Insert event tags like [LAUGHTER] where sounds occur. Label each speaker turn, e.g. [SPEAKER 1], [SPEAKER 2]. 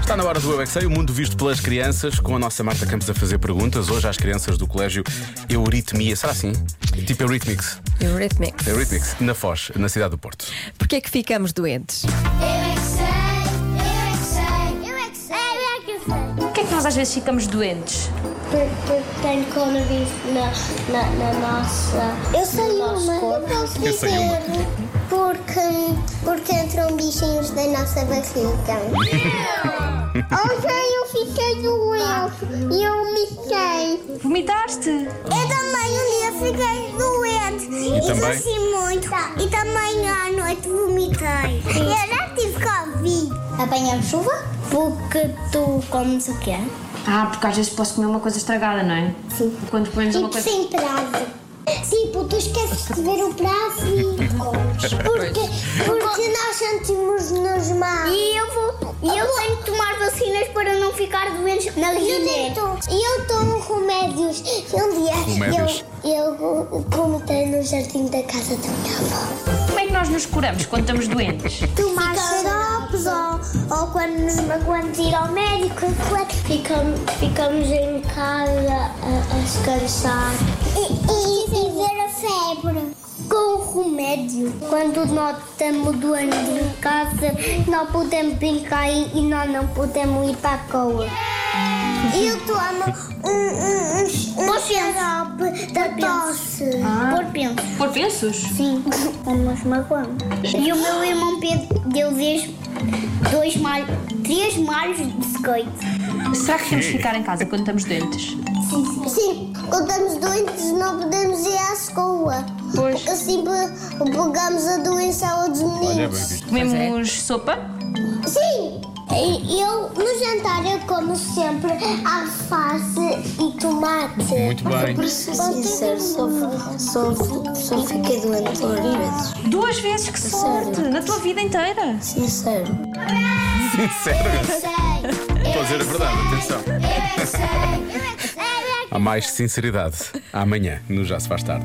[SPEAKER 1] Está na hora do Eu é Que Sei, o mundo visto pelas crianças, com a nossa Marta Campos a fazer perguntas, hoje às crianças do colégio Euritmia. Será assim? Tipo Euritmics.
[SPEAKER 2] Eurythmics.
[SPEAKER 1] Euritmics, na Foz, na cidade do Porto.
[SPEAKER 2] Porquê é que ficamos doentes?
[SPEAKER 3] Porquê é que nós às vezes ficamos doentes?
[SPEAKER 4] Porque tem coronavírus na, na, na nossa. Eu sei uma, eu posso dizer.
[SPEAKER 1] Eu sei uma.
[SPEAKER 4] Porque, porque entram bichinhos da
[SPEAKER 1] [LAUGHS]
[SPEAKER 4] nossa barriga. Hoje eu fiquei doente e eu mitei.
[SPEAKER 3] Vomitaste?
[SPEAKER 4] Eu também um dia fiquei doente
[SPEAKER 1] E também?
[SPEAKER 4] muito. E também à noite vomitei. eu já tive Covid. Apanhar chuva? Porque tu comes o quê?
[SPEAKER 3] Ah, porque às vezes posso comer uma coisa estragada, não é?
[SPEAKER 4] Sim.
[SPEAKER 3] Quando pões uma
[SPEAKER 4] Tipo
[SPEAKER 3] coisa.
[SPEAKER 4] sem prazo. Tipo, tu esqueces de ver o prazo
[SPEAKER 3] [LAUGHS]
[SPEAKER 4] e comes. Porque, porque nós sentimos-nos mal. E eu vou. E eu tenho que tomar vacinas para não ficar doente na Guiné. E eu tomo remédios. Um dia
[SPEAKER 1] Remédios.
[SPEAKER 4] eu, eu comitei no jardim da casa da minha avó.
[SPEAKER 3] Como é que nós nos curamos quando estamos doentes?
[SPEAKER 4] Tomar xaropes ou, ou quando nos magoamos ir ao médico. Ficamos, ficamos em casa a, descansar. E, e, e ver a febre. Com o remédio. Quando nós estamos doentes em casa, não podemos brincar e, e nós não podemos ir para a coa. Eu tomo um, um, um, um xarope da tosse. Ah. Por penso.
[SPEAKER 3] Por pensos?
[SPEAKER 4] Sim, umas magoamos. E o meu irmão Pedro deu dez, dois malhos, três malhos de biscoito.
[SPEAKER 3] Será que temos que ficar em casa quando estamos doentes?
[SPEAKER 4] Sim, sim. quando estamos doentes não podemos ir à escola.
[SPEAKER 3] Pois.
[SPEAKER 4] Porque assim pe- pegamos a doença aos
[SPEAKER 1] Olha,
[SPEAKER 4] meninos.
[SPEAKER 1] É, bem
[SPEAKER 3] é.
[SPEAKER 1] visto.
[SPEAKER 3] Comemos sopa?
[SPEAKER 4] sim, E eu no jantar eu como sempre alface e tomate.
[SPEAKER 1] Muito bem. [LAUGHS]
[SPEAKER 4] Por ser sincero, só, só, só fiquei doente duas vezes.
[SPEAKER 3] Duas vezes, que sorte! Na tua vida inteira!
[SPEAKER 4] Sincero.
[SPEAKER 1] Sincero.
[SPEAKER 4] Estou
[SPEAKER 1] Estou a dizer a verdade, atenção.
[SPEAKER 4] é
[SPEAKER 1] Há mais sinceridade amanhã, no Já Se Faz Tarde.